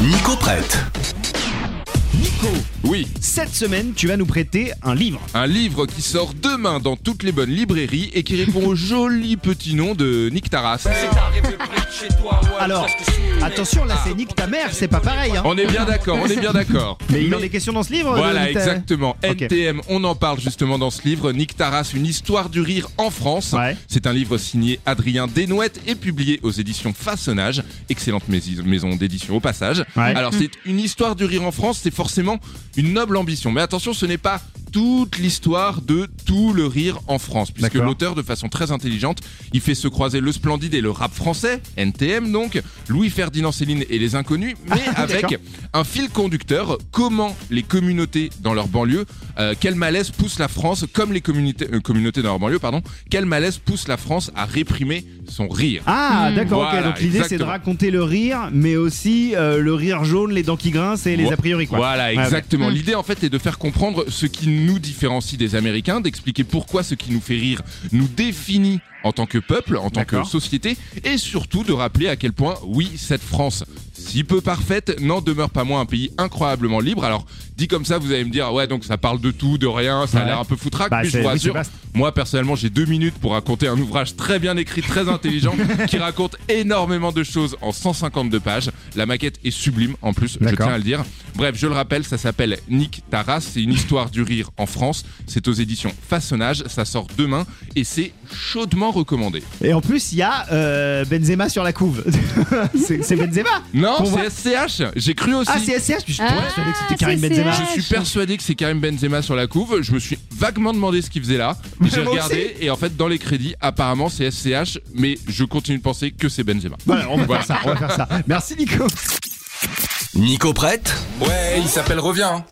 Nico prête. Nico, Oui, cette semaine, tu vas nous prêter un livre. un livre qui sort demain dans toutes les bonnes librairies et qui répond au joli petit nom de Nick Taras. Alors, attention, là, c'est Nick ta mère, c'est pas pareil. Hein. On est bien d'accord, on est bien d'accord. Mais il en Oh, Mais- est question dans ce livre Voilà, de Nick ta- exactement. Ok. NTM, on en parle justement dans ce livre. Nick Taras, une histoire du rire en France. Ouais. C'est un livre signé Adrien Desnouettes et publié aux éditions Façonnage. Excellente mais- maison d'édition au passage. Ouais. Alors, c'est une histoire du rire en France, c'est forcément une noble ambition. Mais attention, ce n'est pas toute l'histoire de tout le rire en France, puisque D'accord. l'auteur, de façon très intelligente, il fait se croiser le splendide et le rap français, NTM donc, Louis-Ferdinand Céline et les inconnus, mais avec d'accord. un fil conducteur, comment les communautés dans leur banlieue, euh, quel malaise pousse la France, comme les communautés, euh, communautés dans leur banlieue, pardon, quel malaise pousse la France à réprimer son rire. Ah, d'accord, ok. Hmm. Voilà, Donc, l'idée, c'est de exactement. raconter le rire, mais aussi euh, le rire jaune, les dents qui grincent et les Vo- a priori, quoi. Voilà, Ouais, ouais. exactement. L'idée, en fait, est de faire comprendre ce qui nous différencie des Américains, d'expliquer pourquoi ce qui nous fait rire nous définit en tant que peuple, en tant que D'accord. société, et surtout de rappeler à quel point, oui, cette France, si peu parfaite, n'en demeure pas moins un pays incroyablement libre. Alors, dit comme ça, vous allez me dire, ouais, donc ça parle de tout, de rien, ça a Ouais. l'air un peu foutraque, Bah, mais je c'est- vous oui, c'est rassure, vaste. moi, personnellement, j'ai deux minutes pour raconter un ouvrage très bien écrit, très intelligent, qui raconte énormément de choses en 152 pages. La maquette est sublime, en plus, je D'accord. tiens à le dire. Bref, je le rappelle, ça s'appelle Nick Taras, c'est une histoire du rire en France. C'est aux éditions Façonnage, ça sort demain et c'est chaudement recommandé. Et en plus, il y a euh, Benzema sur la couve. c'est c'est Benzema Non, Qu'on voit. c'est SCH, j'ai cru aussi. Ah, c'est SCH Je suis Ah, persuadé que c'était Karim c'est Benzema. SCH. Je suis persuadé que c'est Karim Benzema sur la couve. Je me suis vaguement demandé ce qu'il faisait là. J'ai moi regardé et en fait, dans les crédits, apparemment, c'est SCH, mais je continue de penser que c'est Benzema. Voilà, on va Voilà. faire ça, on va faire ça. Merci, Nico. Nico prête Ouais, il s'appelle Revient.